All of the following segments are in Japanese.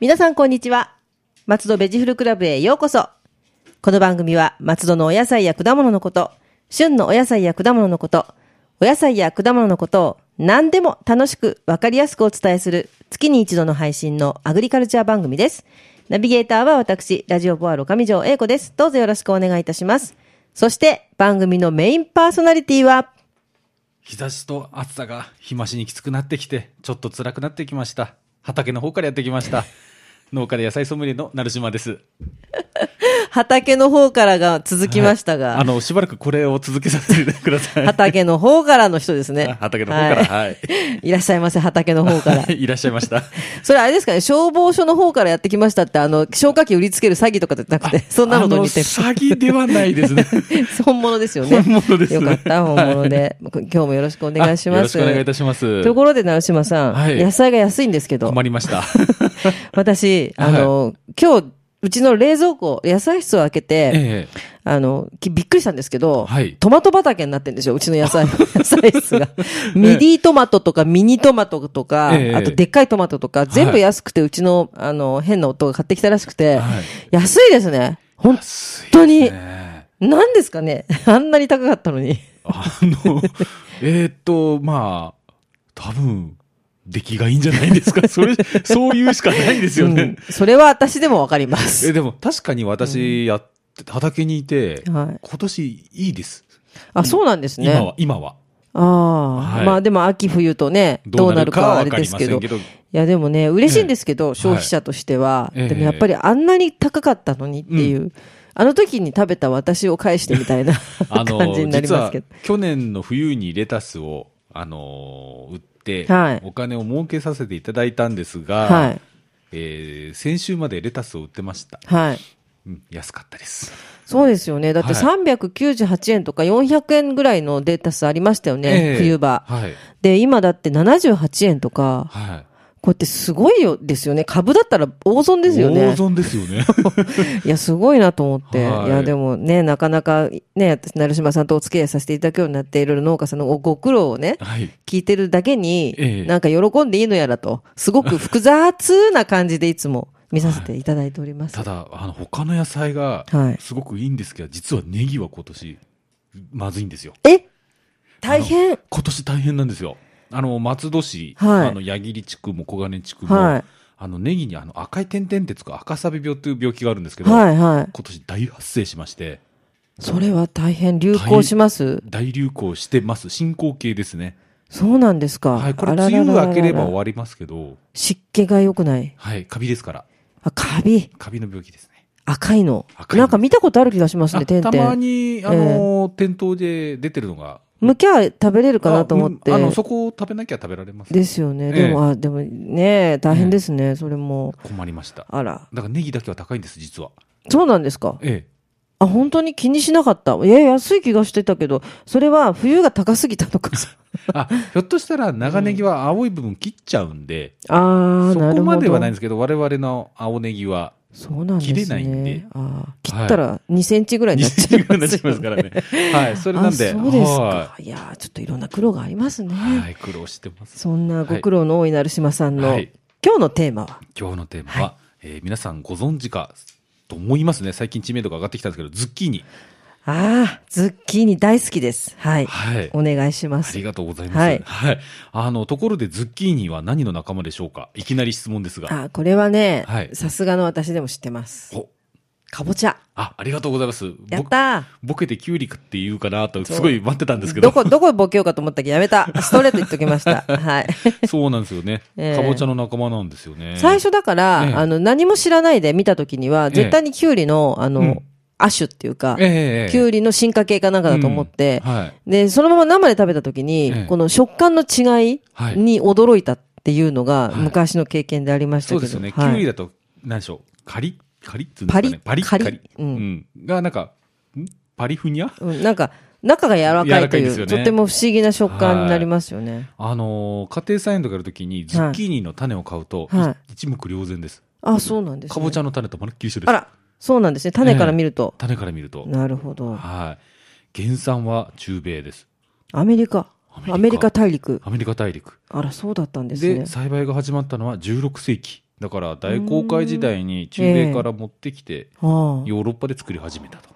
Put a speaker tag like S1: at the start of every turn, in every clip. S1: 皆さんこんにちは。松戸ベジフルクラブへようこそ。この番組は松戸のお野菜や果物のこと、旬のお野菜や果物のこと、お野菜や果物のことを何でも楽しくわかりやすくお伝えする月に一度の配信のアグリカルチャー番組です。ナビゲーターは私、ラジオボアロ上条英子です。どうぞよろしくお願いいたします。そして番組のメインパーソナリティは、
S2: 日差しと暑さが日増しにきつくなってきてちょっと辛くなってきました畑の方からやってき ました農家で野菜ソムリエの成島です
S1: 畑の方からが続きましたが、
S2: はいあのしばらくこれを続けさせてください。
S1: 畑の方からの人ですね
S2: 畑の方から
S1: は
S2: はい い、
S1: いらっしゃいませ、畑の方 から。
S2: いらっしゃい ました
S1: それあれですかね、消防署の方からやってきましたって、あの、消火器売りつける詐欺とかじゃなくて、そんなのと似て
S2: あの詐欺ではないですね
S1: 本物ですよね。
S2: 本物です
S1: よかった、本物で。今日もよろし くお願いします。
S2: あよろしくお願いいたします
S1: ところで、成島さん、
S2: はい
S1: 野菜が安いんですけど、
S2: 困りま した
S1: 私、あの、今日、うちの冷蔵庫、野菜室を開けて、
S2: ええ
S1: あの、きびっくりしたんですけど、
S2: はい
S1: トマト畑になってるんですよ、うちの野 菜、野菜室が。ミディトマトとかミニトマトとか、
S2: ええ
S1: あとでっかいトマトとか、全部
S2: はい
S1: 安くて、うちの、あの、変な夫が買ってきたらしくて、
S2: はい
S1: 安いですね。本
S2: 本
S1: 当に。なんですかねあんなに高かったのに。
S2: あの、えーっと、まあ、多分、出来がいいんじゃないですか。 それ、そういうしかないですよね。
S1: うんそれは私でもわかりま
S2: え、
S1: す。
S2: でも確かに私やって、畑にいて、
S1: はい
S2: 今年いいです。
S1: あ、そうなんです
S2: 今
S1: ね。
S2: は、今は。
S1: ああ、
S2: はい
S1: まあでも秋冬とね、ど
S2: ど
S1: う
S2: う
S1: な
S2: な
S1: る
S2: る
S1: か
S2: か
S1: は
S2: は
S1: あ
S2: わ
S1: れ
S2: か
S1: で
S2: り
S1: す
S2: ま
S1: け
S2: せ
S1: ど。
S2: ん
S1: い
S2: けど、
S1: やでもね、嬉しいんですけど、消費者としては。
S2: ええ
S1: でもやっぱりあんなに高かったのにっていう、あの時に食べた私を返してみたいな
S2: あ
S1: 感じにな
S2: の、
S1: り
S2: 実
S1: ます
S2: は
S1: けど。
S2: 去年の冬にレタスを、あのー売って、
S1: はい
S2: お金を儲けさせていただいたんですが、
S1: はい。
S2: えー先週までレタスを売ってました。
S1: はい。
S2: うん、安かったです。
S1: そうですよね。だって
S2: は
S1: 398円とか400円ぐらいのデータ数ありましたよね、
S2: ええ
S1: 冬場。
S2: はい。
S1: で、今だって78円とか、
S2: はい。
S1: こうやってすごいよですよね。株だったら大損ですよね
S2: 大。損ですよね。
S1: いや、すごいなと思って。、
S2: はいい
S1: や、でもね、なかなかね、私成島さんとお付き合いさせていただくようになって、いろいろ農家さんのご苦労をね、
S2: はい。
S1: 聞いてるだけに、
S2: ええ
S1: なんか喜んでいいのやらと、すごく複雑な感じでいつ も見させていただいております。
S2: ただ、あの、他の野菜が
S1: はい、
S2: すごくいいんですけど、実はネギは今年、まずいんですよ。
S1: え大変
S2: 今年大変なんですよ。あの、松戸市、
S1: はい
S2: あの、矢切地区も小金地区も、
S1: はい
S2: あの、ネギにあの、赤い点々ってつく赤サビ病という病気があるんですけど、
S1: はいはい。
S2: 今年大発生しまして、
S1: それは大変流行します。
S2: 大流行してます。進行形ですね。
S1: そうなんですか。
S2: はい。これ、
S1: あら
S2: 梅
S1: らら
S2: 雨
S1: らら
S2: が明ければ終わりますけど、
S1: 湿気が良くない。
S2: はい。カビですから。
S1: あ、カビ。
S2: カビの病気ですね。
S1: 赤いの。
S2: 赤いの
S1: なんか見たことある気がしますね、
S2: あ
S1: 点
S2: た
S1: 々。
S2: まに、あの、店頭で出てるのが、
S1: むきゃ食べれるかなと思って。
S2: あうんあの、そこを食べなきゃ食べられます。
S1: ですよね。
S2: ええ
S1: でも、あ、でもね、大変ですね、それも。
S2: 困りました。
S1: あら。
S2: だからネギだけは高いんです、実は。
S1: そうなんですか
S2: え
S1: あ、本当に気にしなかった。いや、安い気がしてたけど、それは冬が高すぎたのか。
S2: え。あ、ひょっとしたら長ネギは青い部分切っちゃうんで、
S1: ああ、
S2: そ
S1: なるほど。
S2: こまではないんですけど、我々の青ネギは
S1: そうなんですね。
S2: 切れないんで
S1: あー切ったら2センチぐらいに
S2: 2
S1: なっち
S2: セ
S1: ゃ
S2: ン
S1: い
S2: チ ぐらいにな
S1: ま
S2: っ
S1: す
S2: ちゃいますか らね。はい、そ
S1: そ
S2: れなんで。
S1: そうです
S2: は
S1: か。いやー、ちょっといろんな苦労がありますね。
S2: いはい、苦労してます。
S1: そんなご苦労の多い成島さんの、
S2: はい
S1: 今日のテーマは、
S2: 今日のテーマは、えー皆さんご存知かと思いますね。最近知名度が上がってきたんですけど、ズッキーニ。
S1: ああ、ズッキーニ大好きです。はい。
S2: はい。
S1: お願いしま
S2: あ
S1: す
S2: り。がとうございます。
S1: は
S2: はいい。あの、ところでズッキーニは何の仲間でしょうかいきなり質問ですが。
S1: あ、これはね
S2: はい、
S1: さすがの私でも知ってます。
S2: お
S1: かぼちゃ。
S2: あ、ありがとうございます。
S1: やっ
S2: 僕
S1: たー
S2: ボケてキュウリ食って言うかなと、
S1: そう
S2: すごい待ってたんですけ
S1: ど
S2: ど。
S1: こ、どこボケようかと思ったけどやめた。ストレート言っときま した。はい。
S2: そうなんですよね。
S1: ええ
S2: かぼちゃの仲間なんですよね。
S1: 最初だから、
S2: ええ
S1: あの、何も知らないで見た時には、絶対にキュウリの、あの、
S2: うん
S1: 亜種っていうか、
S2: ええ、ええ
S1: キュウリの進化系かなんかだと思って、
S2: うんはい。
S1: で、そのまま生で食べた時に、
S2: ええ
S1: この食感の違い
S2: はい
S1: に驚いたっていうのが、
S2: はい
S1: 昔の経験でありましたけど。
S2: そうですよね。キ
S1: はい
S2: ュウリだと、何でしょう。カリッ、カリッっていうんですかね。
S1: パリッ
S2: パ
S1: カ
S2: リッカ
S1: リ
S2: リ
S1: ッ
S2: ッ。うん。が、なんか、んパリフニア
S1: うんなんか、中が柔らかいとい
S2: 柔らかいで
S1: う、
S2: すよね
S1: とても不思議な食感になりますよね。
S2: あのー、家庭菜園とかやるときに、ズッキーニの種を買うと、
S1: はい
S2: 一目瞭然です。
S1: あ、そうなんです、ね。
S2: かぼちゃの種とまるっきり一緒です
S1: あ。ら、そうなんですね。種から見ると。
S2: 種から見ると。
S1: なるほど。
S2: はい。原産は中米です。
S1: アメリカ。アメリカ大陸。
S2: アメリカ大陸
S1: あら、そうだったんです
S2: で
S1: ね。
S2: 栽培が始まったのは16世紀だから大航海時代に中米から持ってきて
S1: ああ
S2: ヨーロッパで作り始めたと、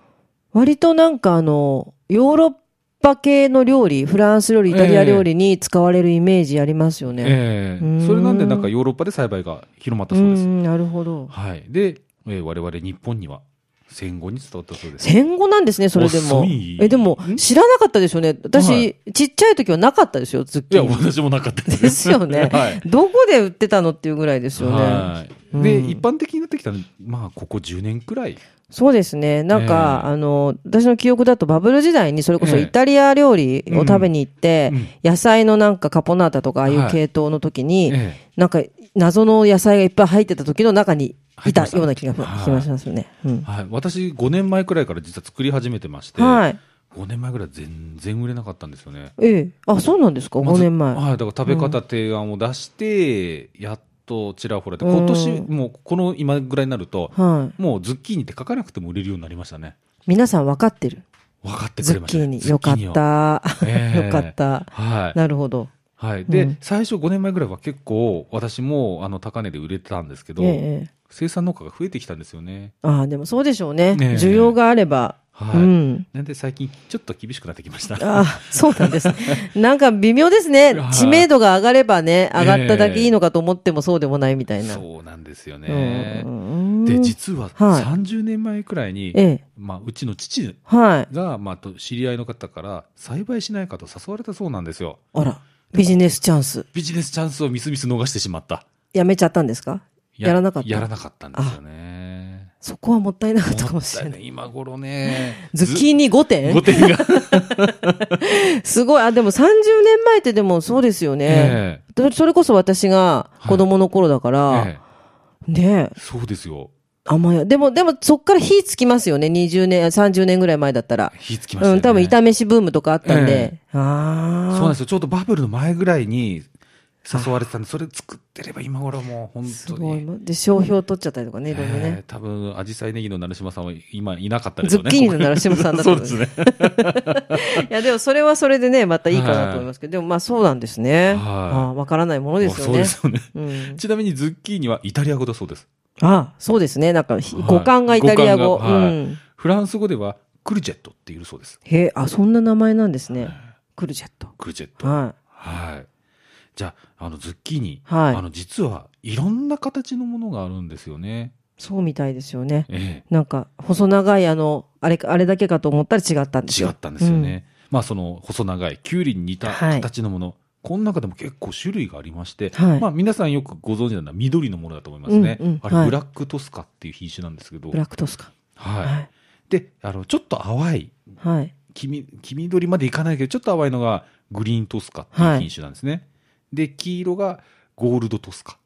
S1: 割となんかあの、ヨーロッパ系の料理、フランス料理、イタリア料理に使われるイメージありますよね。
S2: ええ
S1: うん
S2: それなんでなんかヨーロッパで栽培が広まった
S1: う
S2: そうです、
S1: ん、なるほど。
S2: はい、で、えー我々日本には戦後に伝わったそうです
S1: 戦後なんですね、それでも
S2: 遅い。
S1: え、でも、知らなかったですよね。
S2: は
S1: 私
S2: い、
S1: ちっちゃい時はなかったですよ、ズッ
S2: い
S1: キ
S2: や
S1: ーニ。
S2: 私もなかったです
S1: ですよね
S2: はい。
S1: どこで売ってたのっていうぐらいですよね。
S2: はいで、
S1: うん
S2: 一般的になってきたのまあここ10年くらい
S1: そうですね。なんか、
S2: え
S1: あの、私の記憶だとバブル時代にそれこそ
S2: ええ
S1: イタリア料理を食べに行って
S2: うん、
S1: 野菜のなんかカポナータとかああいう
S2: はい
S1: 系統の時に、
S2: え
S1: なんか謎の野菜がいっぱい入ってた時の中にいた
S2: 入ってました
S1: ような気が
S2: はい
S1: しますね。うん
S2: はい、私5年前くらいから実は作り始めてまして、
S1: はい。
S2: 5年前くらい全然売れなかったんですよね
S1: ええ。あ、そうなんですか ?5
S2: まず
S1: 年前。
S2: はい、だから食べ方提案を出して、やっとちらほらで
S1: うん
S2: 今年もうこの今ぐらいになると、
S1: はい。
S2: もうズッキーニって書かなくても売れるようになりましたね
S1: 皆さん分かってる。
S2: 分かってく
S1: ズ
S2: れ
S1: ッ
S2: ました
S1: キ
S2: ね
S1: ーニ。よかっ
S2: ズッキーニを
S1: た。
S2: え え
S1: よかった。
S2: はい
S1: なるほど。
S2: はい、で、
S1: うん
S2: 最初5年前ぐらいは結構私もあの高値で売れてたんですけど、
S1: ええ。
S2: 生産農家が増えてきたんですよね
S1: ああ、でもそうでしょうね。
S2: ねえ
S1: 需要があれば。
S2: はい
S1: うん。
S2: なんで最近ちょっと厳しくなってきました
S1: ああ、そうなんです。なんか微妙ですね
S2: はい。
S1: 知名度が上がればね、上がっただけいいのかと思ってもそうでもないみたいな。
S2: そうなんですよね、
S1: うん
S2: で実は
S1: はい
S2: 30年前くらいに、
S1: ええ。
S2: まあ、うちの父
S1: はい。
S2: が、まあ、と知り合いの方から栽培しないかと誘われたそうなんですよ
S1: あら、ビジネスチャンス。
S2: ビジネスチャンスをみすみす逃してしまった
S1: やめちゃったんですかやらなかった
S2: やらなかったんですよね
S1: そこはもったいなかったか
S2: も
S1: も
S2: っ
S1: したれ
S2: い
S1: な。
S2: ないい今頃ね
S1: ズッキーニ5点
S2: 5点が、
S1: すごい。あ、でも30年前ってでもそうですよね。
S2: え
S1: そそれこそ私が子供の頃だから、
S2: ええ
S1: ねえ
S2: え、そうですよ
S1: 甘い。でも、でもそっから火つきますよね。20年、30年ぐらい前だったら。
S2: 火つきましたよ
S1: う
S2: ね、
S1: ん、多分炒めしブームとかあったんで。ああ。
S2: そうなんですよ。ちょうどバブルの前ぐらいに誘われてたんで、それ作ってれば今頃もう本
S1: す
S2: 当
S1: ごい
S2: に。
S1: もん。で、商標取っちゃったりとかね、いろいろ
S2: えー
S1: ね。
S2: 多分、アジサイネギの成島さんは今いなかったでし
S1: ズ
S2: ょう
S1: ッ
S2: ね。
S1: キーニの成島さんだった
S2: そ
S1: の
S2: うですね。
S1: いや、でもそれはそれでね、またいいかなと思いますけど、でもまあそうなんですね。
S2: はい
S1: ああわからないものですよ
S2: そう
S1: ね
S2: で。すよね。
S1: うん。
S2: ちなみにズッキーニはイタリア語だそうです。
S1: ああ、そうですね。なんか、ひ
S2: はい
S1: 五感がイタリア語。
S2: 五感がはい
S1: うん。
S2: フランス語ではクルジェットっていうそうです。
S1: へえ、あ、そんな名前なんですね。クルジェット。
S2: クルジェット。
S1: は
S2: はい。じゃあ、あの、ズッキーニ。
S1: はい
S2: あの、実はいろんな形のものがあるんですよね。
S1: い。そうみたいですよね。
S2: ええ
S1: なんか、細長いあの、あれか、あれだけかと思ったら違ったんです
S2: 違
S1: よ。
S2: ったんですよね。まあその細長いきゅうりに似た
S1: はい
S2: 形のもの、この中でも結構種類がありまして、
S1: はい
S2: まあ皆さんよくご存知なのは緑のものだと思いますね。
S1: うんうん
S2: あ
S1: はい
S2: れブラックトスカっていう品種なんですけど、
S1: ブラックトスか。
S2: はい、
S1: はい。
S2: であのちょっと淡い
S1: はい。
S2: 黄み黄緑までいかないけどちょっと淡いのがグリーントスカっていう品種なんですね。で黄色がゴールドトスカ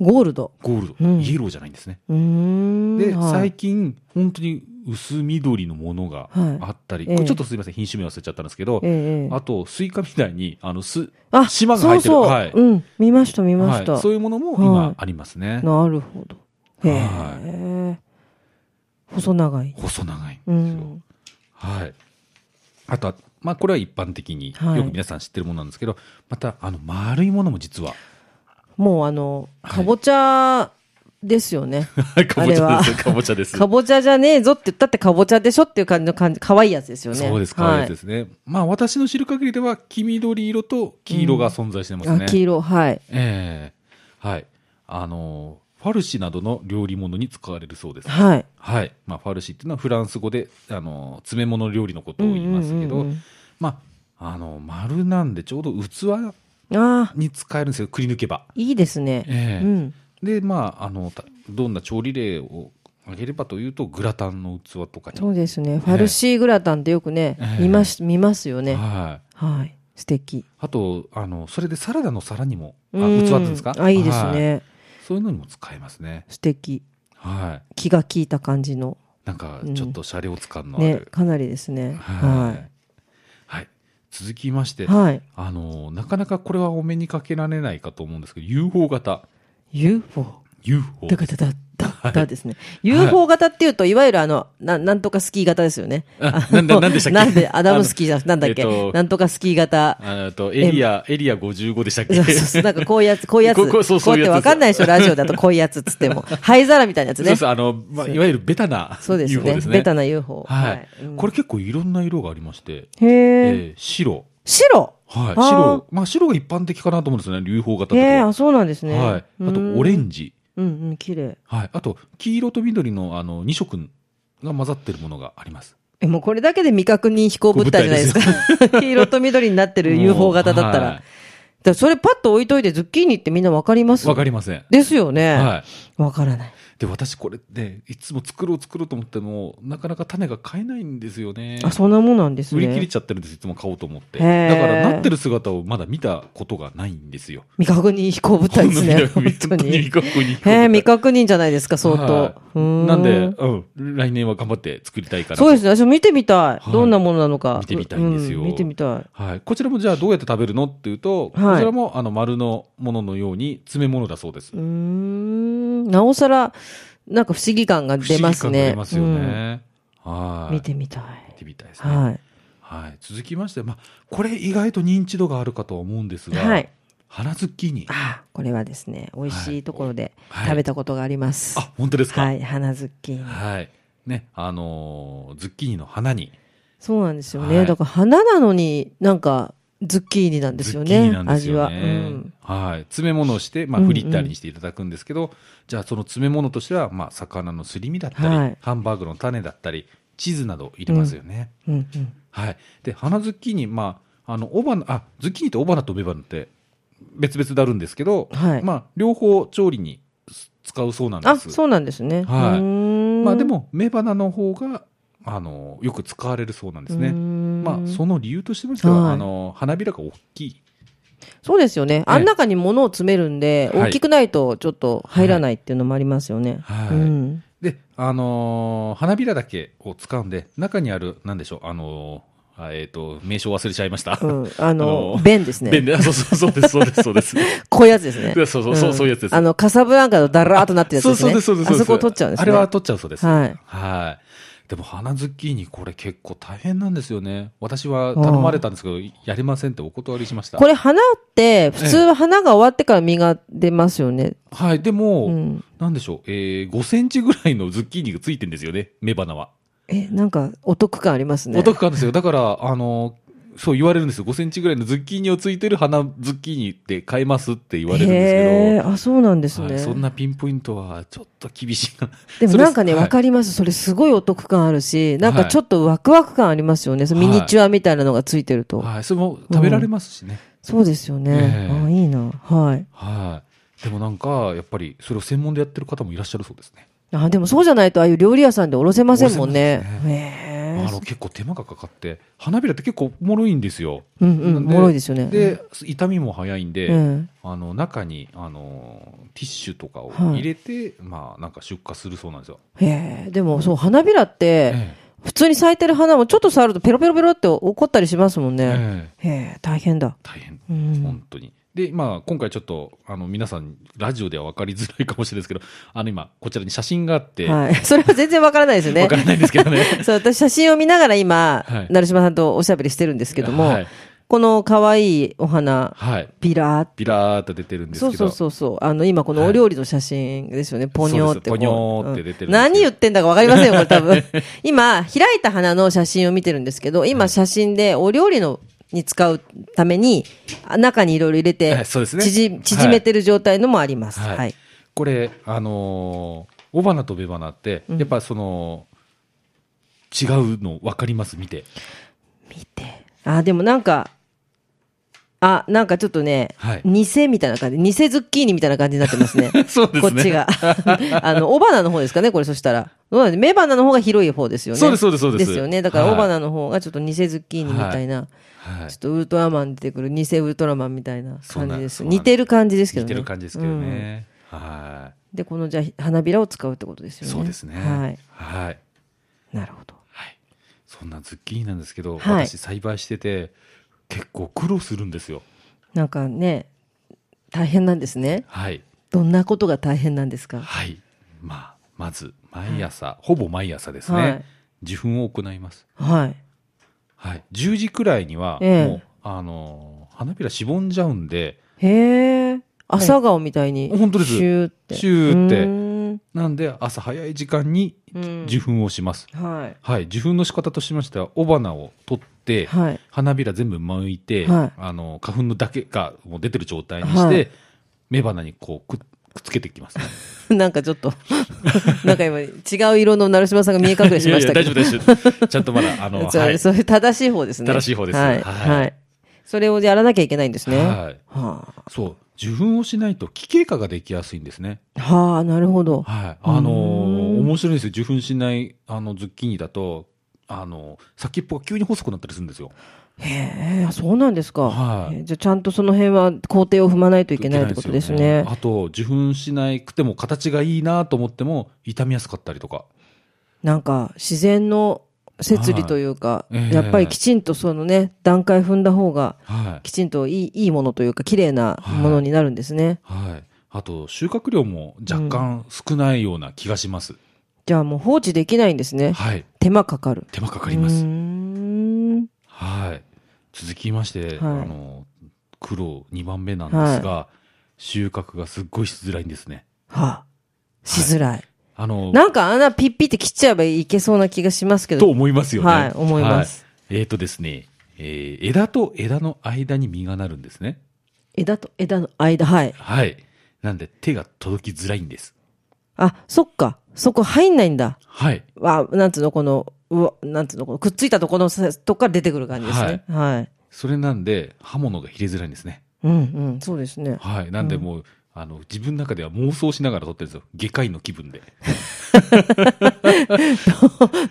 S1: ゴールド。
S2: ゴールド、
S1: うん
S2: イエローじゃないんですね。
S1: うーん。
S2: で、
S1: はい
S2: 最近本当に薄緑のものがあったり、
S1: はい
S2: こ
S1: え
S2: れ
S1: え
S2: ちょっとすみません品種名忘れちゃったんですけど、
S1: ええええ
S2: あと、スイカみたいに、あの、す、
S1: あ、
S2: 島が入ってる
S1: そうそう、
S2: はい
S1: うん。見ました、見ま
S2: は
S1: した。
S2: い、そういうものも
S1: はい
S2: 今ありますね。
S1: なるほど。へえ、細長い。
S2: 細長いんです
S1: う
S2: よ。
S1: ん。
S2: はい。あとは、まあ、これは一般的に
S1: はい
S2: よく皆さん知ってるものなんですけど、また、あの、丸いものも実は、
S1: もうあの、
S2: はい
S1: かぼちゃですよ ね。
S2: かぼちゃです。かぼちゃです。
S1: かぼちゃじゃねえぞって言ったってかぼちゃでしょっていう感じの感じ、可愛いやつですよね。
S2: そうです、かわいいやつですね。まあ、私の知る限りでは、黄緑色と黄色が存在してます
S1: はい
S2: ね。
S1: あ黄色、はい。
S2: ええはい。あの、ファルシなどの料理物に使われるそうです。
S1: はい。
S2: はい。まあ、ファルシっていうのはフランス語で、あの、詰め物料理のことを言いますけど、
S1: うんうんうん
S2: まあ、あの、丸なんでちょうど器
S1: うんああ、
S2: に使えるんですよ、くり抜けば。
S1: いいですね。
S2: ええ
S1: うん。
S2: で、まあ、あの、たどんな調理例を挙げればというと、グラタンの器とかに。
S1: そうですね。ファルシーグラタンってよくね、
S2: ええ
S1: 見ます、見ますよね。
S2: はい。
S1: はい。素敵。
S2: あと、あの、それでサラダの皿にも、あ、器
S1: うん
S2: っていうんですか
S1: あ、いいです
S2: は
S1: ね。
S2: そういうのにも使えますね。
S1: 素敵。
S2: はい。
S1: 気が利いた感じの。
S2: なんか、ちょっと車両感のあ
S1: ね
S2: る。、
S1: かなりですね。
S2: は。
S1: はい
S2: はい。続きまして
S1: い。、はい。
S2: あの、なかなかこれはお目にかけられないかと思うんですけど、UFO 型。
S1: UFO。
S2: UFO
S1: だかだだだ。型ですね。UFO 型っていうと、いわゆるあの、ななんとかスキー型ですよね。
S2: あ
S1: あの
S2: なななんでしたっけ
S1: なんで、アダムスキーじゃなくて、なんだっけ、
S2: えっと
S1: なんとかスキー型。
S2: あのとエリア、エリア55でしたっけ
S1: そうそうそうなんかこういうやつ、こういうやつ。
S2: ここそうそう
S1: こうやっ
S2: いうやつ
S1: てわかんないでしょ、ラジオだとこういうやつっつって も。灰皿みたいなやつ
S2: そう
S1: ね。
S2: そう、あの、まあ、いわゆるベタな
S1: そうです
S2: UFO ですね。
S1: ね。ベタな UFO。
S2: はい、
S1: うん
S2: これ結構いろんな色がありまして、
S1: へ
S2: え
S1: え。
S2: ー白。
S1: 白
S2: はい。
S1: あー
S2: 白。まあ、白が一般的かなと思うんですよね。流法型とか
S1: へ
S2: は。
S1: え、あ、そうなんですね。
S2: はい。あと、オレンジ。
S1: うんうん、綺麗。
S2: はい。あと、黄色と緑の、あの、2色が混ざってるものがあります。
S1: え、もうこれだけで未確認飛行物体じゃないですか。 黄色と緑になってる UFO 型だったら。
S2: も
S1: だ
S2: うは
S1: か
S2: い
S1: らそれパッと置いといてズッキーニってみんなわかります
S2: わかりません。
S1: ですよね。
S2: はい。
S1: わからない。
S2: で、私これね、いつも作ろう作ろうと思っても、なかなか種が買えないんですよね。
S1: あ、そんなもんなんです
S2: 売り切れ
S1: ね。
S2: ちゃってるんです、いつも買おうと思って。
S1: へー
S2: だから、なってる姿をまだ見たことがないんですよ。
S1: 未確認飛行物体ですね。
S2: ほんの
S1: 本
S2: 見た
S1: 当に
S2: 本。当に未確認
S1: へえ、未確認じゃないですか、相当
S2: は。
S1: うー
S2: いなんで、うん、来年は頑張って作りたいから。
S1: そうですね。私も見てみたい。
S2: い
S1: どんなものなのか。
S2: 見てみたいんですよ
S1: う見てみたい。
S2: はい、こちらもじゃあどうやって食べるのっていうと、
S1: はい
S2: こちらもあの丸のもののように詰め物だそうです。
S1: うーん。なおさら、なんか不思議感が出ます
S2: 不思議感が
S1: ね。
S2: 出ますよね。は
S1: うん
S2: い。
S1: 見てみたい。
S2: 見てみたいですね。はい。
S1: はい。
S2: 続きまして、まあ、これ意外と認知度があるかとは思うんですが、
S1: はい。
S2: 花ズッキーニ。
S1: あこれはですね、美味しいところで
S2: はい
S1: 食べたことがあります。
S2: あ、本当ですか。
S1: は
S2: はい。
S1: い、花ズッキーニ。
S2: ね、あのーズッキーニの花に、
S1: そうなんですよね。
S2: はい
S1: だから花なのになんかズッキーニなんです
S2: ズ
S1: よ
S2: ッキー
S1: ね。
S2: ニなんです
S1: 味
S2: よ
S1: は。う
S2: ね。
S1: ん。
S2: はい。詰め物をして、まあ、
S1: うんうん
S2: フリッターにしていただくんですけど、じゃあその詰め物としては、まあ、魚のすり身だったり、
S1: はい
S2: ハンバーグの種だったり、チーズなど入れますよね。
S1: うんうん。
S2: はい。で、花ズッキーニ、まあ、あの、オバナ、あ、ズッキーニとオバナとメバナって別々であるんですけど、
S1: はい
S2: まあ、両方調理に使うそうなんで
S1: あ、
S2: す。
S1: そうなんですね。
S2: はいう
S1: ーん
S2: まあ、で、も、メバナの方が、あの、よく使われるそうなんですね。ま
S1: ま
S2: あ、その理由としてですけど、
S1: はい
S2: あの、花びらが大きい。
S1: そうですよね。あん中に物を詰めるんで、
S2: はい
S1: 大きくないとちょっと入らないっていうのもありますよね。
S2: はい
S1: うん
S2: で、あのー花びらだけを使うんで、中にある、なんでしょう、あのーあえっ、と、名称忘れちゃいました。
S1: うんあの
S2: ー
S1: 弁ですね
S2: 弁で、あそうそう、そうです、そうです、そうです。
S1: こういうやつですね。
S2: そうそうそうそういうやつです
S1: あの、カサブランカのだらーっとなってるやつ
S2: そう
S1: です
S2: そう
S1: ね。
S2: です、そうです。
S1: あそこを取っちゃうんですね。
S2: あれは取っちゃうそうです。
S1: はい
S2: はいでも、花ズッキーニ、これ結構大変なんですよね。私は頼まれたんですけど、やりませんってお断りしました。
S1: これ花って、普通は花が終わってから実が出ますよね。
S2: はい、でも、
S1: うん
S2: なんでしょう、えー、5センチぐらいのズッキーニがついてんですよね、雌花は。
S1: え、なんかお得感ありますね。
S2: お得感ですよ。だから、あの、そう言われるんですよ。5センチぐらいのズッキーニをついてる花ズッキーニって買えますって言われるん
S1: へ
S2: で
S1: ーあ、そうなんですす
S2: けど、
S1: ね。
S2: はいそんなピンポイントはちょっと厳しいかな。
S1: でもなんかね、わ、
S2: わ
S1: か
S2: る。
S1: ります。それすごいお得感あるし、なんか
S2: はい
S1: ちょっとワクワク感ありますよね。そのミニチュアみたいなのがついてると。
S2: はい、それも食べられますしね。
S1: そうですよね。
S2: ええ
S1: あいいな。はい。
S2: はい。でもなんか、やっぱりそれを専門でやってる方もいらっしゃるそうですね。
S1: あでもそうじゃないと、ああいう料理屋さんでおろせませんもんね
S2: おろせま。
S1: へえ
S2: あの結構手間がかかって、花びらって結構もろいんですよ。
S1: うんうん
S2: なん
S1: もろいですよね
S2: で、痛みも早いんで、
S1: うん
S2: あの中にあのティッシュとかを
S1: はい
S2: 入れて、まあなんか出荷するそうなんですよ。
S1: へえでもそう、花びらって、
S2: ええ
S1: 普通に咲いてる花もちょっと触るとペロペロペロって怒ったりしますもんね。
S2: ええ
S1: へえ大変だ。
S2: 大変、
S1: うん
S2: 本当に。で、まあ、今回ちょっと、あの、皆さん、ラジオでは分かりづらいかもしれないですけど、あの、今、こちらに写真があって、わ
S1: はい。 それは全然わからないですよね。
S2: 分からないんですけどね。
S1: そう、私写真を見ながら今、
S2: はい
S1: 成島さんとおしゃべりしてるんですけども、
S2: はい
S1: この可愛いお花、
S2: はい。
S1: ビラーって
S2: ビラーっと出てるんです
S1: そう
S2: け
S1: そ
S2: ど、
S1: うそうそう。あの、今このお料理の写真ですよね。ポニョーってこう。
S2: そうですポニョーって出てるんですよ
S1: うん何言ってんだかわかりませんよ、これ多 分。今、開いた花の写真を見てるんですけど、今写真でお料理のに使うために、あ中にいろいろ入れて、
S2: はいそうですね
S1: 縮縮めてる状態のもあります。はい。
S2: はい。これ、あのー、雄花と雌花って、やっぱその、違うの分かります見 て。
S1: 見て。あ、でもなんか、あ、なんかちょっとね、
S2: はい
S1: 偽みたいな感じ、偽ズッキーニみたいな感じになってます ね。
S2: そうですね
S1: こっちが。 あの、雄花の方ですかね、これそしたら。どうなんで雌花の方が広い方ですよね。
S2: そうですそうですそうです
S1: ですよね。だから
S2: はい
S1: 雄花の方がちょっと偽ズッキーニみたいな、
S2: はい
S1: ちょっ。とウルトラマンに出てくる偽ウルトラマンみたいな
S2: そう
S1: 感
S2: な
S1: じ
S2: ん
S1: です。
S2: そうなん
S1: 似てる感じですけど
S2: 似
S1: ね。
S2: てる感じですけど
S1: うん
S2: ね。は
S1: で、このじゃあ花びらを使うってことですよ
S2: い。
S1: ね。
S2: そうですね。
S1: はい。
S2: はい。
S1: なるほど。
S2: はい、そんなズッキーニなんですけど、
S1: はい
S2: 私栽培してて結構苦労するんですよ
S1: なんかね、大変なんですね。
S2: はい
S1: どんなことが大変なんですか
S2: はいまあまず毎朝、ほぼ毎朝ですね、
S1: はい
S2: 受粉を行います、
S1: はい。
S2: はい、10時くらいにはもう、
S1: ええ
S2: あのー花びらしぼんじゃうんで
S1: へえ。朝顔みたいに。
S2: 本当です
S1: シューって。
S2: シューって
S1: うーん
S2: なんで朝早い時間に
S1: うん
S2: 受粉をします、
S1: は
S2: はい、受粉の仕方としましては雄花を取って、
S1: い。はい。
S2: 花びら全部剥いて、
S1: はい
S2: あの花粉のだけがもう出てる状態にして、
S1: はい
S2: 雌花にこうくっくっつけていきます、
S1: なんかちょっと、なんか今、違う色の成島さんが見え隠れしましたけど。
S2: いやいや大丈夫大丈夫ちゃんとまだあの
S1: そう
S2: はい
S1: そういう正しい方ですね。
S2: 正しい方です
S1: はい。
S2: はい
S1: はい。それをやらなきゃいけないんですね。は
S2: はい、
S1: あ。
S2: そう受粉をしないと奇形化ができやすいんですね
S1: はあ、なるほど。
S2: はいあのー
S1: うーん
S2: 面白いんですよ受粉しないあのズッキーニだとあの先っぽが急に細くなったりするんですよ
S1: へえ、あそうなんですか。
S2: はい
S1: えじゃあちゃんとその辺は工程を踏まないといけないってことです
S2: いけない
S1: ね
S2: ん。よあと受粉しなくても形がいいなと思っても傷みやすかったりとか
S1: なんか自然の摂理というか、
S2: はいええ
S1: やっぱりきちんとそのね、段階踏んだ方が、
S2: はい
S1: きちんといいいいものというか、綺麗なものになるんですね。
S2: はい。あと、収穫量も若干少ないような気がします。
S1: じゃあもう放置できないんですね。
S2: はい。
S1: 手間かかる。
S2: 手間か
S1: か
S2: かります。
S1: ん。
S2: はい。続きまして、
S1: はい
S2: あの、苦労2番目なんですが、収穫がすっごいしづらいんですね。
S1: はあ、しづらい。
S2: あの、
S1: なんか穴ピッピって切っちゃえばいけそうな気がしますけ
S2: と
S1: ど。
S2: 思いますよね。
S1: はい思います
S2: はい。えっ、とですね、えー枝と枝の間に実がなるんですね。
S1: 枝と枝の間、はい。
S2: はい。なんで手が届きづらいんです。
S1: あ、そっか。そこ入んないんだ。
S2: はい。
S1: わ、なんつうの、この、うわ、なんつうの、このくっついたところのさとこから出てくる感じですね。はい。
S2: それなんで刃物が入れづらいんですね。
S1: うんうん、そうですね。
S2: はい。なんでもう、あの、自分の中では妄想しながら撮ってるんですよ。外科医の気分で。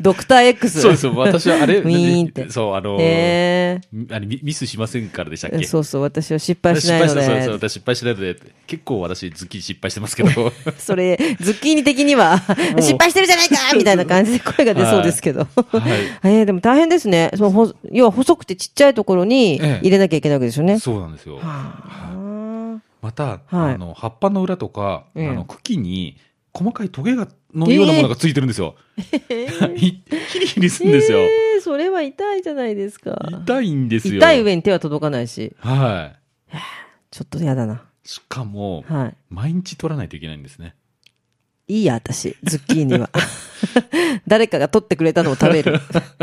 S1: ドクター X。
S2: そうですよ。私はあれ、
S1: ウィーンって
S2: そう、あの、
S1: へ
S2: みあれミミスしませんからでしたっ
S1: え。
S2: け
S1: そうそう、私は失敗しないの
S2: 失敗しそうそう
S1: で。
S2: 私失敗しないのでって。結構私、ズッキリ失敗してますけど。
S1: それ、ズッキーニ的には、
S2: う
S1: 失敗してるじゃ ないかみたいな感じで声が出そうですけど。
S2: は い。
S1: えー、でも大変ですね。そのほ要は細くてちっちゃいところに
S2: ええ
S1: 入れなきゃいけないわけですよね。
S2: そうなんですよ。
S1: はあ
S2: また、
S1: はい
S2: あの、葉っぱの裏とか、
S1: ええ
S2: あの、茎に、細かいトゲが、のようなものがついてるんですよ。 ひヒリヒリするんですよ。
S1: えー、それは痛いじゃないですか。
S2: 痛いんですよ。
S1: 痛い上に手は届かないし、
S2: は
S1: ちょっと嫌だな。
S2: い。しかも、
S1: は
S2: 毎日取らないといけないんですね。
S1: い。いいや、私、ズッキーニ は。誰かが取ってくれたのを食べる。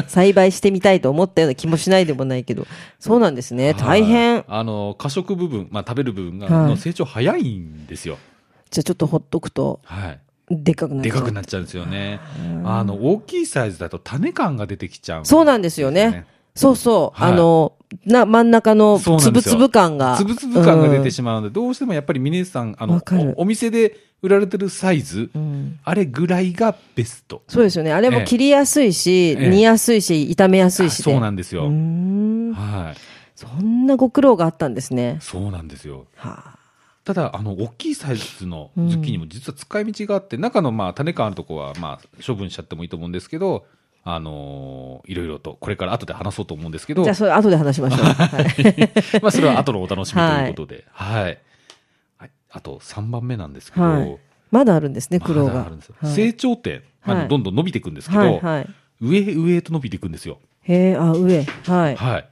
S1: 栽培してみたいと思ったような気もしないでもないけど。そうなんですね。大
S2: は
S1: 変
S2: い。あの、過食部分、まあ、食べる部分が、
S1: はい
S2: の成長早いんですよ。
S1: じゃあちょっとほっとくと、
S2: はい。
S1: でっかくなっち
S2: で
S1: ゃう
S2: かくなっちゃうんですよね。あの、大きいサイズだと種感が出てきちゃう、
S1: そうなんですよね。そうそう。
S2: はい
S1: あの、な、真ん中の
S2: そうなん
S1: つ
S2: で
S1: ぶ
S2: すよ
S1: つぶ感が。
S2: つぶつぶ感が出て
S1: し
S2: しまうので、どうしてもやっぱり峰さん、あ
S1: わ
S2: の
S1: かる、
S2: おお店で売られてるサイズ、
S1: まうん。
S2: あれぐらいがベスト。
S1: そうですよね。あれ
S2: え
S1: も
S2: え
S1: 切りやすいし、
S2: ええ
S1: 煮やすいし、炒めやすいし
S2: あ
S1: で。
S2: そうなんです
S1: うー
S2: よ。
S1: ん。
S2: はい。
S1: そんなご苦労があったんですね。
S2: そうなんですよ。
S1: はあ、
S2: ただ、あの、大きいサイズのズッキーニも実は使い道があって、中の、まあ、種感あるとこは、まあ、処分しちゃってもいいと思うんですけど、あのーいろいろと、これから後で話そうと思うんですけど、
S1: じゃあ、それ後で話しましょう。 はい
S2: まあ、それは後のお楽しみということで。はい。はいあと3番目なんですけど、
S1: はいまだあるんですね、苦労
S2: まだ
S1: が
S2: あるんですよ。
S1: はい
S2: 成長点、まあ
S1: はい
S2: どんどん伸びていくんですけど、
S1: はい、はい。
S2: 上へ上へと伸びていくんですよ。
S1: へえ、あ、上。はい。
S2: はい。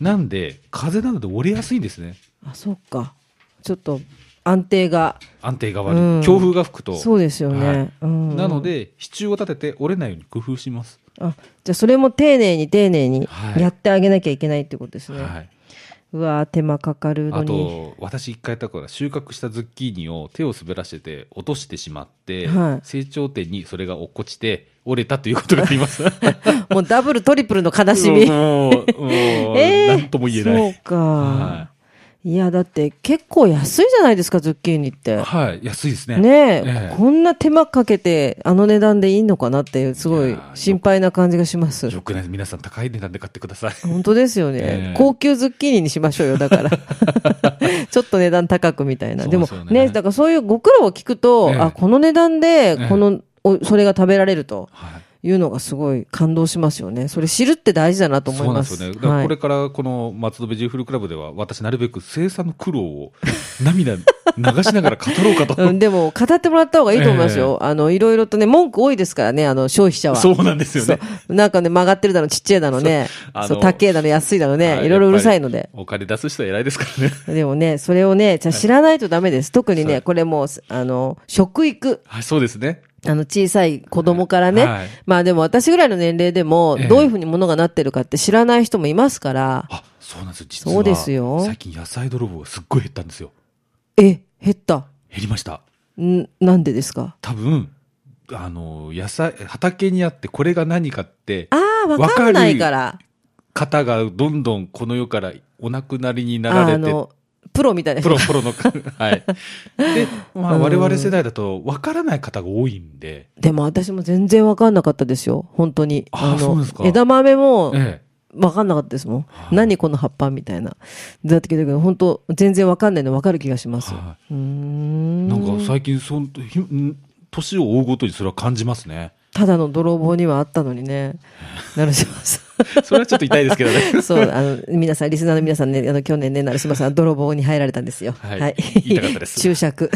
S2: なんで、風なので折れやすいんですね。
S1: あ、そっか。ちょっと、安定が。
S2: 安定が悪い。
S1: うん
S2: 強風が吹くと。
S1: そうですよね。
S2: はい
S1: うん。
S2: なの。で、支柱を立てて折れないように工夫します。
S1: あ、じゃあ、それも丁寧に丁寧に
S2: はい
S1: やってあげなきゃいけないってことですね。
S2: はい。
S1: うわー手間かかるの
S2: あ
S1: に。
S2: と、私一回やったから収穫したズッキーニを手を滑らせて落としてしまって、
S1: はい
S2: 成長点にそれが落っこちて折れたということがあります。
S1: もうダブルトリプルの悲しみ。
S2: もう、もう、もう
S1: えー
S2: なんとも言えな
S1: そう
S2: い。
S1: か。、
S2: はい
S1: や、だって結構安いじゃないですか、ズッキーニって。
S2: はい、安いですね。
S1: ねえ、
S2: ええ
S1: こんな手間かけて、あの値段でいいのかなって、すご
S2: い
S1: い
S2: やー
S1: 心配な感じがします。
S2: よくないです皆さん高い値段で買って ください。
S1: 本当ですよね、
S2: ええ
S1: 高級ズッキーニにしましょうよ、だ から。ちょっと値段高くみたいな。
S2: そ
S1: で
S2: うで
S1: も
S2: すよね
S1: ね、だからそういうご苦労を聞くと、
S2: ええ
S1: あ、この値段で、この、おそれが食べられると
S2: はい。
S1: いうのがすごい感動しますよね。それ知るって大事だなと思います。
S2: そうなんですよね。だからこ
S1: は
S2: れ
S1: い、
S2: からこの松戸ベジフルクラブでは、私なるべく生産の苦労を涙流しながら語ろうかと。
S1: うん、でも、語ってもらった方がいいと思いますよ。あの、いろいろとね、文句多いですからね、あの、消費者は。
S2: そうなんですよね。
S1: そうなんかね、曲がってるだの、ちっちゃいだのね
S2: うあ、の
S1: そう、高えだの、安いだの
S2: は
S1: ね、いろいろうるさいの。
S2: やっ
S1: で
S2: ぱ。りお金出す人は偉いですからね。
S1: でもね、それをね、じゃあ知らないとダメです。特にね、これもう、あの、食育。
S2: はい、そうですね。
S1: あの、小さい子供からね。
S2: はい
S1: まあでも私ぐらいの年齢でも
S2: ええ、
S1: どういうふうにものがなってるかって知らない人もいますから、
S2: あ、そうなんですよ。実は。
S1: そうですよ
S2: 最近野菜泥棒がすっごい減ったんですよ。
S1: え、減った。
S2: 減りました。
S1: ん、なんでですか
S2: 多分、あの、野菜、畑にあってこれが何かって、
S1: ああ、わかんないから。
S2: 方がどんどんこの世からお亡くなりにな
S1: あ
S2: ら
S1: ーあ
S2: れて
S1: の、プロみたいな
S2: プ
S1: 人。
S2: ロ、プロ の方。はい。で、まあ、
S1: うん
S2: 我々世代だと、わからない方が多いんで、
S1: でも私も全然わかんなかったですよ。本当に。
S2: あーそうですか
S1: 枝豆も、
S2: え
S1: わかんなかったですもん。何この葉っぱみたいな。だったけど、本当全然わかんないのわかる気がしま
S2: え
S1: す。
S2: は
S1: うー
S2: い。
S1: ん。
S2: なんか、最近、そん、ひん年を追うごとにそれは感じます ね。
S1: ただの泥棒にはあったのにね。なるし ます。
S2: それはちょっと痛いですけどね。
S1: そう、あの、皆さん、リスナーの皆さんね、あの、去年ね、成島さん、泥棒に入られたんですよ。
S2: はい痛かったです
S1: 注 釈。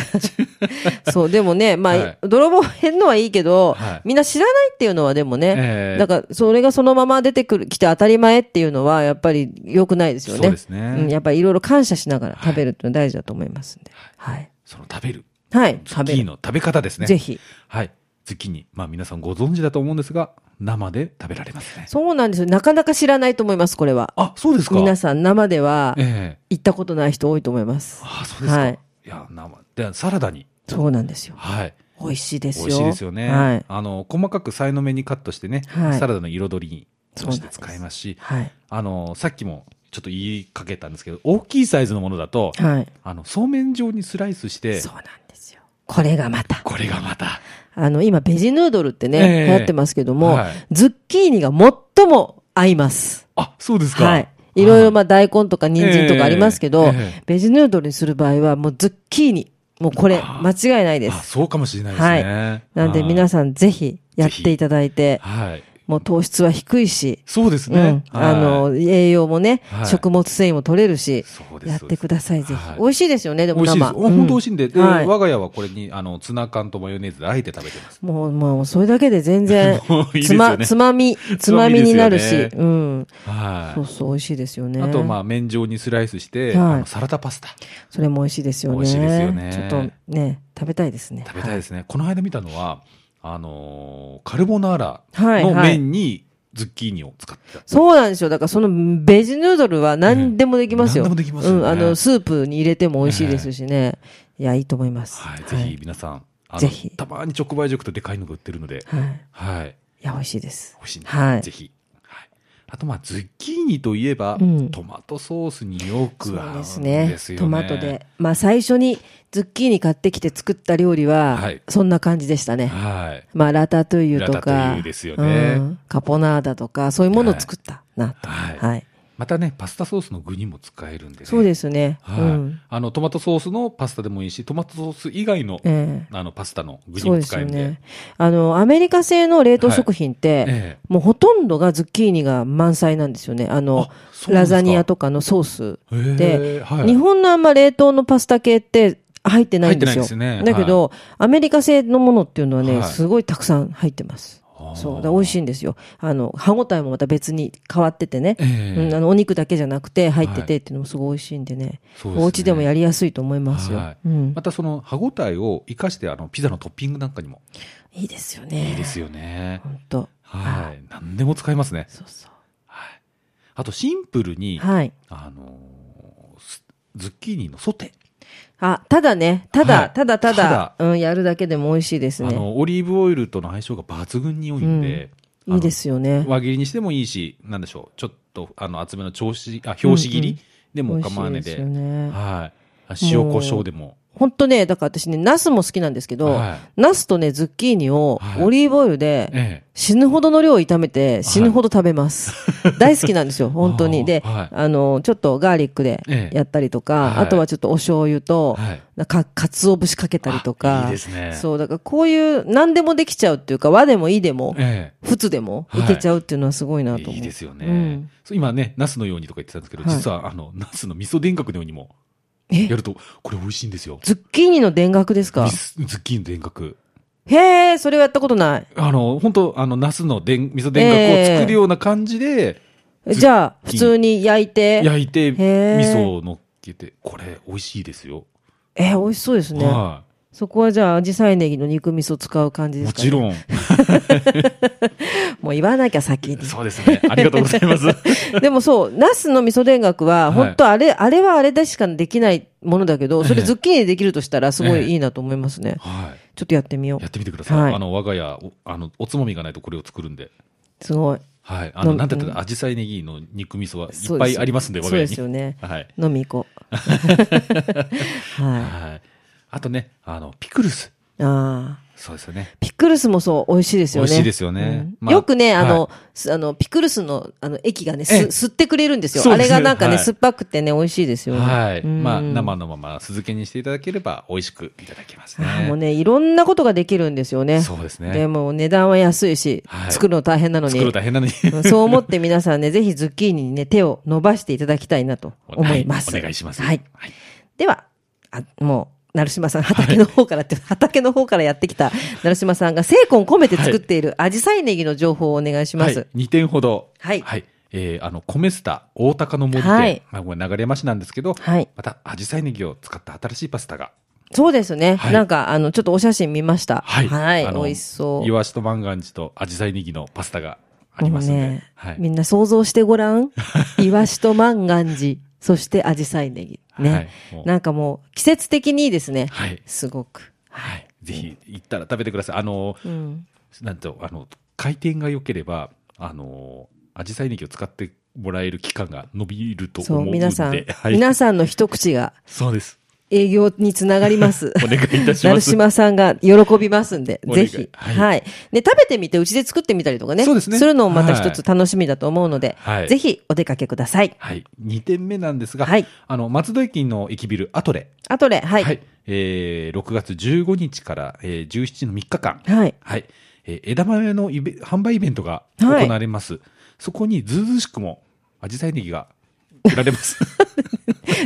S1: そう、でもね、まあ、
S2: はい
S1: 泥棒減るのはいいけど、
S2: はい
S1: みんな知らないっていうのはでも
S2: え
S1: ね、
S2: え
S1: だから、それがそのまま出てくる、来て当たり前っていうのは、やっぱり良くないですよね。
S2: そうですね
S1: うん、やっぱりいろいろ感謝しながら食べるっていうのは大事だと思いますんで。はい。
S2: その食べる。
S1: はい、
S2: ズッ
S1: 食
S2: キ
S1: べ
S2: ーニ
S1: る。
S2: の食べ方ですね。
S1: ぜひ。
S2: はい。ズッキーニ。まあ、皆さんご存知だと思うんですが、生で食べられますね。
S1: そうなんですよ。なかなか知らないと思います、これは。
S2: あ、そうですか。
S1: 皆さん、生では、
S2: ええ
S1: 行ったことない人多いと思います。
S2: あ、そうですか。
S1: はい
S2: い、や、生。で、サラダに。
S1: そうなんですよ。
S2: はい。
S1: 美味しいです
S2: 美
S1: よ。
S2: 味しいですよね。
S1: はい。
S2: あの、細かくさいの目にカットしてね、
S1: はい
S2: サラダの彩りとして
S1: そうなんで
S2: 使
S1: す
S2: いますし、
S1: はい。
S2: あの、さっきもちょっと言いかけたんですけど、大きいサイズのものだと、
S1: はい。
S2: あの、そうめん状にスライスして
S1: そ、うなんですよ。これがまた。
S2: これがまた、
S1: あの、今、ベジヌードルってね、
S2: ええ
S1: 流行ってますけども、
S2: はい
S1: ズッキーニが最も合います。
S2: あ、そうですか。
S1: はい。いろいろ、
S2: ま
S1: まあ、大根とか人参とかありますけど、
S2: ええええ
S1: ベジヌードルにする場合は、もうズッキーニ。もうこれ、
S2: あ
S1: 間違いないで
S2: あ、
S1: す。
S2: そうかもしれないですね。
S1: なんで、皆
S2: さ
S1: さん、ぜひ、やっていただいて、
S2: はい。
S1: もう糖質は低いし、
S2: そうです
S1: う
S2: ね
S1: ん。。あ
S2: はい、
S1: の、栄養もね、
S2: はい
S1: 食物繊維も取れるし、
S2: そうです。
S1: やってください、ぜ
S2: は
S1: ひ。
S2: い
S1: 美味しいですよね、で
S2: 美
S1: も
S2: 味しいです。
S1: 生。
S2: あ本当美味しいんで、で
S1: はい
S2: 我が家はこれに、あの、ツナ缶とマヨネーズであえて食べてます。
S1: もう、もう、それだけで全然
S2: もう いいで、す
S1: つ
S2: よね
S1: ま、つまみ、つまみになるし、
S2: つまみですよ
S1: うん。
S2: はい。
S1: そうそう、美味しいですよね。
S2: あと、まあ、麺状にスライスして、
S1: はい
S2: あのサラダパスタ。
S1: それも美味しいですよね。
S2: 美味しいですよね
S1: ちょっとね、食べたいですね。。
S2: 食べたいですすね。この間見たのは、あのーカルボナーラ
S1: はい
S2: の
S1: はい
S2: 麺にズッキーニを使ってた。
S1: そうなんですよ。だから、その、ベジヌードルは何でもできますよ。
S2: ええ何でもできますよね
S1: うん、あの、スープに入れても美味しいですしね。いや、いいと思います。
S2: はい、ぜひ皆さん、あの
S1: ぜひ
S2: たまに直売所行くとでかいのが売ってるので、
S1: はい。はい。
S2: はい、
S1: いや、美味しいです。
S2: 美味しいんで、
S1: はい
S2: ぜひ。はいあと、まあ、ズッキーニといえば、
S1: うん
S2: トマトソースによく合うんですよね。
S1: ね。トマトで。まあ、最初にズッキーニ買ってきて作った料理は
S2: はい、
S1: そんな感じでしたね。
S2: はい。
S1: まあ、ラタトゥイユと
S2: ラタト
S1: か
S2: ゥイユですよね
S1: うんカポナーダとか、そういうものを作ったなと。
S2: はい
S1: はい。
S2: またね、パスタソースの具にも使えるんでね。
S1: そうですね。う
S2: はい、
S1: ん。
S2: あの、トマトソースのパスタでもいいし、トマトソース以外の、
S1: え
S2: あの、パスタの
S1: え
S2: 具に
S1: そう
S2: も
S1: です
S2: 使え
S1: よ
S2: るんで。
S1: ね。あの、アメリカ製の冷凍食品って、
S2: ええ
S1: もうほとんどがズッキーニが満載なんですよね。あの
S2: あ、そうな
S1: ラ
S2: んですか
S1: ザニアとかのソース。で
S2: へーはい、
S1: 日本のあんま冷凍のパスタ系って入ってないんですよ。
S2: 入ってないんですね
S1: だけど、アメリカ製のものっていうのはね、
S2: はい
S1: すごいたくさん入ってます。
S2: あー
S1: そう。だから美味しいんですよ。あの、歯応えもまた別に変わっててね。
S2: ええ
S1: うん、あのお肉だけじゃなくて入っててっていうのもすごい美味しいんでね。
S2: そうですね
S1: お家でもやりやすいと思いますよ。
S2: はい
S1: うん
S2: またその歯ごたえを生かしてあのピザのトッピングなんかにも
S1: いいですよね。
S2: いいですよね。
S1: 本当。
S2: はい。何でも使えますね。
S1: そうそう。
S2: はい。あとシンプルに、
S1: はい。
S2: あのーすズッキーニのソテ
S1: あ、ただね、ただ、
S2: はい
S1: ただただ
S2: ただ
S1: うん、やるだけでも美味しいです
S2: ー、あ
S1: ね。
S2: のオリーブオイルとの相性が抜群に良いんで、あの
S1: いいですよね。
S2: 輪切りにしてもいいし、なんでしょう、ちょっとあの厚めの調子あ表紙切り、でも構わない
S1: 美味し
S2: で
S1: いですよね。
S2: はい。塩コショウでも。
S1: ほんとね、だから私ね、ナスも好きなんですけど、
S2: は
S1: ナスとね、ズッキーニを
S2: はい
S1: オリーブオイルで、
S2: え
S1: 死ぬほどの量を炒めて、死ぬほど食べ ます。大好きなんですよ、本当に。で、
S2: はい
S1: あの、ちょっとガーリックで
S2: ええ
S1: やったりとか、
S2: はい
S1: あとはちょっとお醤油
S2: え。
S1: と、
S2: はい。
S1: か、かつお節かけたりとか。
S2: あいいですね。
S1: そう、だからこういう、何でもできちゃうっていうか、和でもいいでも、
S2: え
S1: 仏でも
S2: はい
S1: いけちゃうっていうのはすごいな
S2: え。
S1: と思う。
S2: いいですよね。
S1: うん
S2: そう今ね、ナスのようにとか言ってたんですけど、
S1: はい
S2: 実は、あの、ナスの味噌田楽のようにも、
S1: え
S2: やると、これ美味しいんですよ。
S1: ズッキーニの田楽ですか
S2: ミスズッキーニの田楽。
S1: へえ、それはやったことない。
S2: あの、本当あの、ナスのでん味噌田楽を作るような感じで、
S1: えじゃあ、普
S2: ズッキーニ
S1: 通に焼いて、
S2: 焼いて、味
S1: ー
S2: 噌を乗っけて、これ美味しいですよ。
S1: えー、美味しそうですね。
S2: は
S1: そこはじゃあ、アジサイネギの肉味噌使う感じ
S2: い。
S1: です
S2: も
S1: か、
S2: ちろん。
S1: ん。もう言わなきゃ先に。
S2: そうですね。ありがとうござい ます。
S1: でもそう、ナスの味噌田楽は、
S2: はい
S1: 本当あれ、あれはあれでしかできないものだけど、それ
S2: ええ
S1: ズッキーニでできるとしたら、すごいいいなと思いますね。
S2: は
S1: ちょっとやってみよ
S2: い。やっ
S1: う。
S2: てみてください。
S1: はい
S2: あの、我が家、おあの、おつまみがないとこれを作るんで。
S1: すごい。
S2: はい。あの、
S1: な
S2: なんんて言ったら、アジサイネギの肉味噌はい
S1: そう
S2: っ
S1: で
S2: ぱ
S1: す
S2: いありますんで、我
S1: そ
S2: が
S1: う
S2: 家
S1: で
S2: に。
S1: すよね。
S2: はい。
S1: 飲み行こ う。は
S2: はい。あとね、あの、ピクルス。
S1: い。ああ。
S2: そうですよね。
S1: ピクルスもそう、美味しいですよね。
S2: 美味しいですよね
S1: うん
S2: まあ
S1: よくね、あの、
S2: は
S1: すあの、ピクルスの、あの、液がね、す
S2: ええ
S1: 吸ってくれるんですよ。
S2: そ
S1: あ
S2: うで
S1: れ
S2: す
S1: がなんかね、
S2: はい
S1: 酸っぱくてね、美味しいですよね。
S2: はい。
S1: うん
S2: まあ、生のまま酢漬けにしていただければ、美味しくいただけます
S1: ああもう
S2: ね。
S1: ね、いろんなことができるんですよね。
S2: そうですね
S1: でも、値段は安いし、
S2: はい
S1: 作るの大変なのに
S2: 作。るの大変なのに。
S1: うんそう思って皆さんね、ぜひズッキーニにね、手を伸ばしていただきたいなと思います。
S2: はお願いします。
S1: はい。では、あもう、成島さん、畑の方からって、 畑の方からやってきた成島さんが精魂込めて作っているアジサイネギの情報をお願いしま
S2: は
S1: す
S2: い。2点ほど。
S1: はい
S2: えーあの、コメスタ大高の森店。
S1: はい
S2: まあ、これ流れましなんですけど、
S1: はい
S2: また、アジサイネギを使った新しいパスタが。
S1: そうですね。
S2: はい
S1: なんか、あの、ちょっとお写真見ました。
S2: はい。あの
S1: 美味しそう。
S2: イワシと万願寺とアジサイネギのパスタがありますん
S1: もう
S2: で
S1: ね。
S2: はい。
S1: みんな想像してごら ん。イワシと万願寺、そしてアジサイネギ。ね、
S2: はいもう
S1: なんかもう、季節的にいいですね。
S2: はい。
S1: すごく。
S2: はい。ぜひ、行ったら食べてください。あの、
S1: うん。
S2: なんと、あの、回転が良ければ、あの、アジサイネギを使ってもらえる期間が伸びると
S1: そ
S2: 思う
S1: う、
S2: んで。
S1: 皆さん、
S2: はい。
S1: 皆さんの一口が
S2: そうです。
S1: 営業につながります。
S2: お願いいたしま
S1: 成
S2: す。
S1: 島さんが喜びますんで、
S2: お願
S1: ぜ
S2: い
S1: ひ。は、
S2: はいい
S1: ね、食べてみて、うちで作ってみたりとかね。
S2: そうですね
S1: るのもまた一つ楽しみだと思うので、
S2: はい
S1: ぜひお出かけください。
S2: はい。2点目なんですが、
S1: はい
S2: あの、松戸駅の駅ビルアトレ。
S1: あとで、はい。
S2: は
S1: はい。
S2: い。えー6月15日から、えー17の3日間。はい。えー枝豆のイベ販売イベントが行
S1: はい
S2: われます。そこにずうずうしくも、アジサイネギが売られ ます。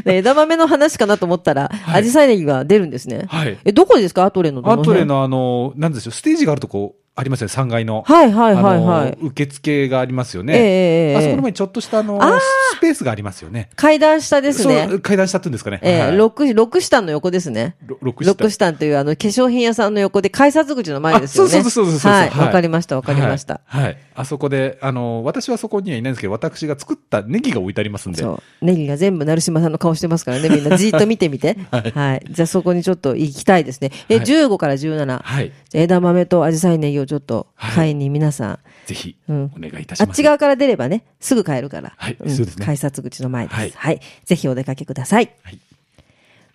S1: で枝豆の話かなと思ったら、
S2: い
S1: アジサイネギが出るんですね。
S2: はい。
S1: え、どこですかアトレのどの
S2: アト
S1: 辺
S2: レ。のあの、なんでしょう、ステージがあるとこありますよね、3階の。
S1: はいはいはいはい
S2: あの受付がありますよ
S1: ええ
S2: ね。
S1: ええええ
S2: あそこの前にちょっとしたあの、
S1: あー
S2: スペースがありますよね。
S1: 階段下ですね
S2: そ。う階段下っていうんですかね。
S1: ええ
S2: はい
S1: 六、六下の横ですね。
S2: ろ六
S1: ロッ
S2: 下
S1: クスタンというあの化粧品屋さんの横で改札口の前ですよね。
S2: あそうそうそうそうそう。
S1: はい。わかりました、わかりました。
S2: はい。はいあそこで、あの、私はそこにはいないんですけど、私が作ったネギが置いてありますんで。
S1: そう。ネギが全部成島さんの顔してますからね、みんなじーっと見てみ て。はい、じゃあそこにちょっと行きたいですね。え、
S2: はい
S1: 15から17。
S2: はい。
S1: 枝豆とアジサイネギをちょっと
S2: はい
S1: 買いに皆さん。
S2: ぜひ、
S1: う
S2: お
S1: ん
S2: 願いいたし
S1: あ
S2: ま
S1: っ
S2: す。
S1: ち側から出ればね、すぐ買えるから。
S2: はい
S1: ん
S2: そうですね
S1: 改札口の前です。は
S2: はいい。
S1: ぜひお出かけください。
S2: はい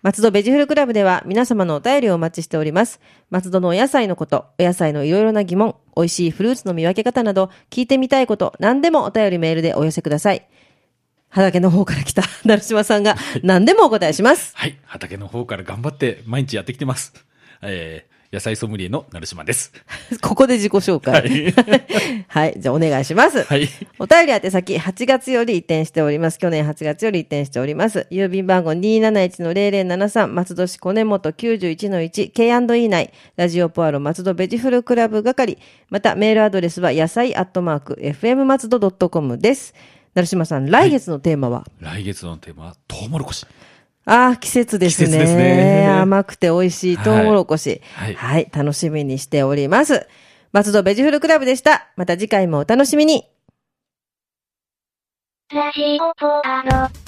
S1: 松戸ベジフルクラブでは皆様のお便りをお待ちしております。松戸のお野菜のこと、お野菜のいろいろな疑問、美味しいフルーツの見分け方など、聞いてみたいこと、何でもお便りメールでお寄せください。畑の方から来た、成島さんが何でもお答えします。
S2: はい。畑の方から頑張って毎日やってきてます。えー、野菜ソムリエの成島です。
S1: ここで自己紹
S2: は
S1: 介。
S2: い。
S1: はい、じゃあお願いします。
S2: はい。
S1: お便り宛先、8月より移転しております。去年8月より移転しております。郵便番号271-0073、松戸市根本91-1、K&E 内、ラジオポアロ松戸ベジフルクラブ係。また、メールアドレスは、野菜アットマーク、FM 松戸 .com です。成島さん、来月のテーマは、
S2: 来月のテーマは、トウモロコシ。
S1: ああ、季節ですね。
S2: 季節ですね
S1: 甘くて美味しいトウモロコシ、は。
S2: はいい
S1: 楽しみにしております。松戸ベジフルクラブでした。また次回もお楽しみに。
S3: ラジオポアロ。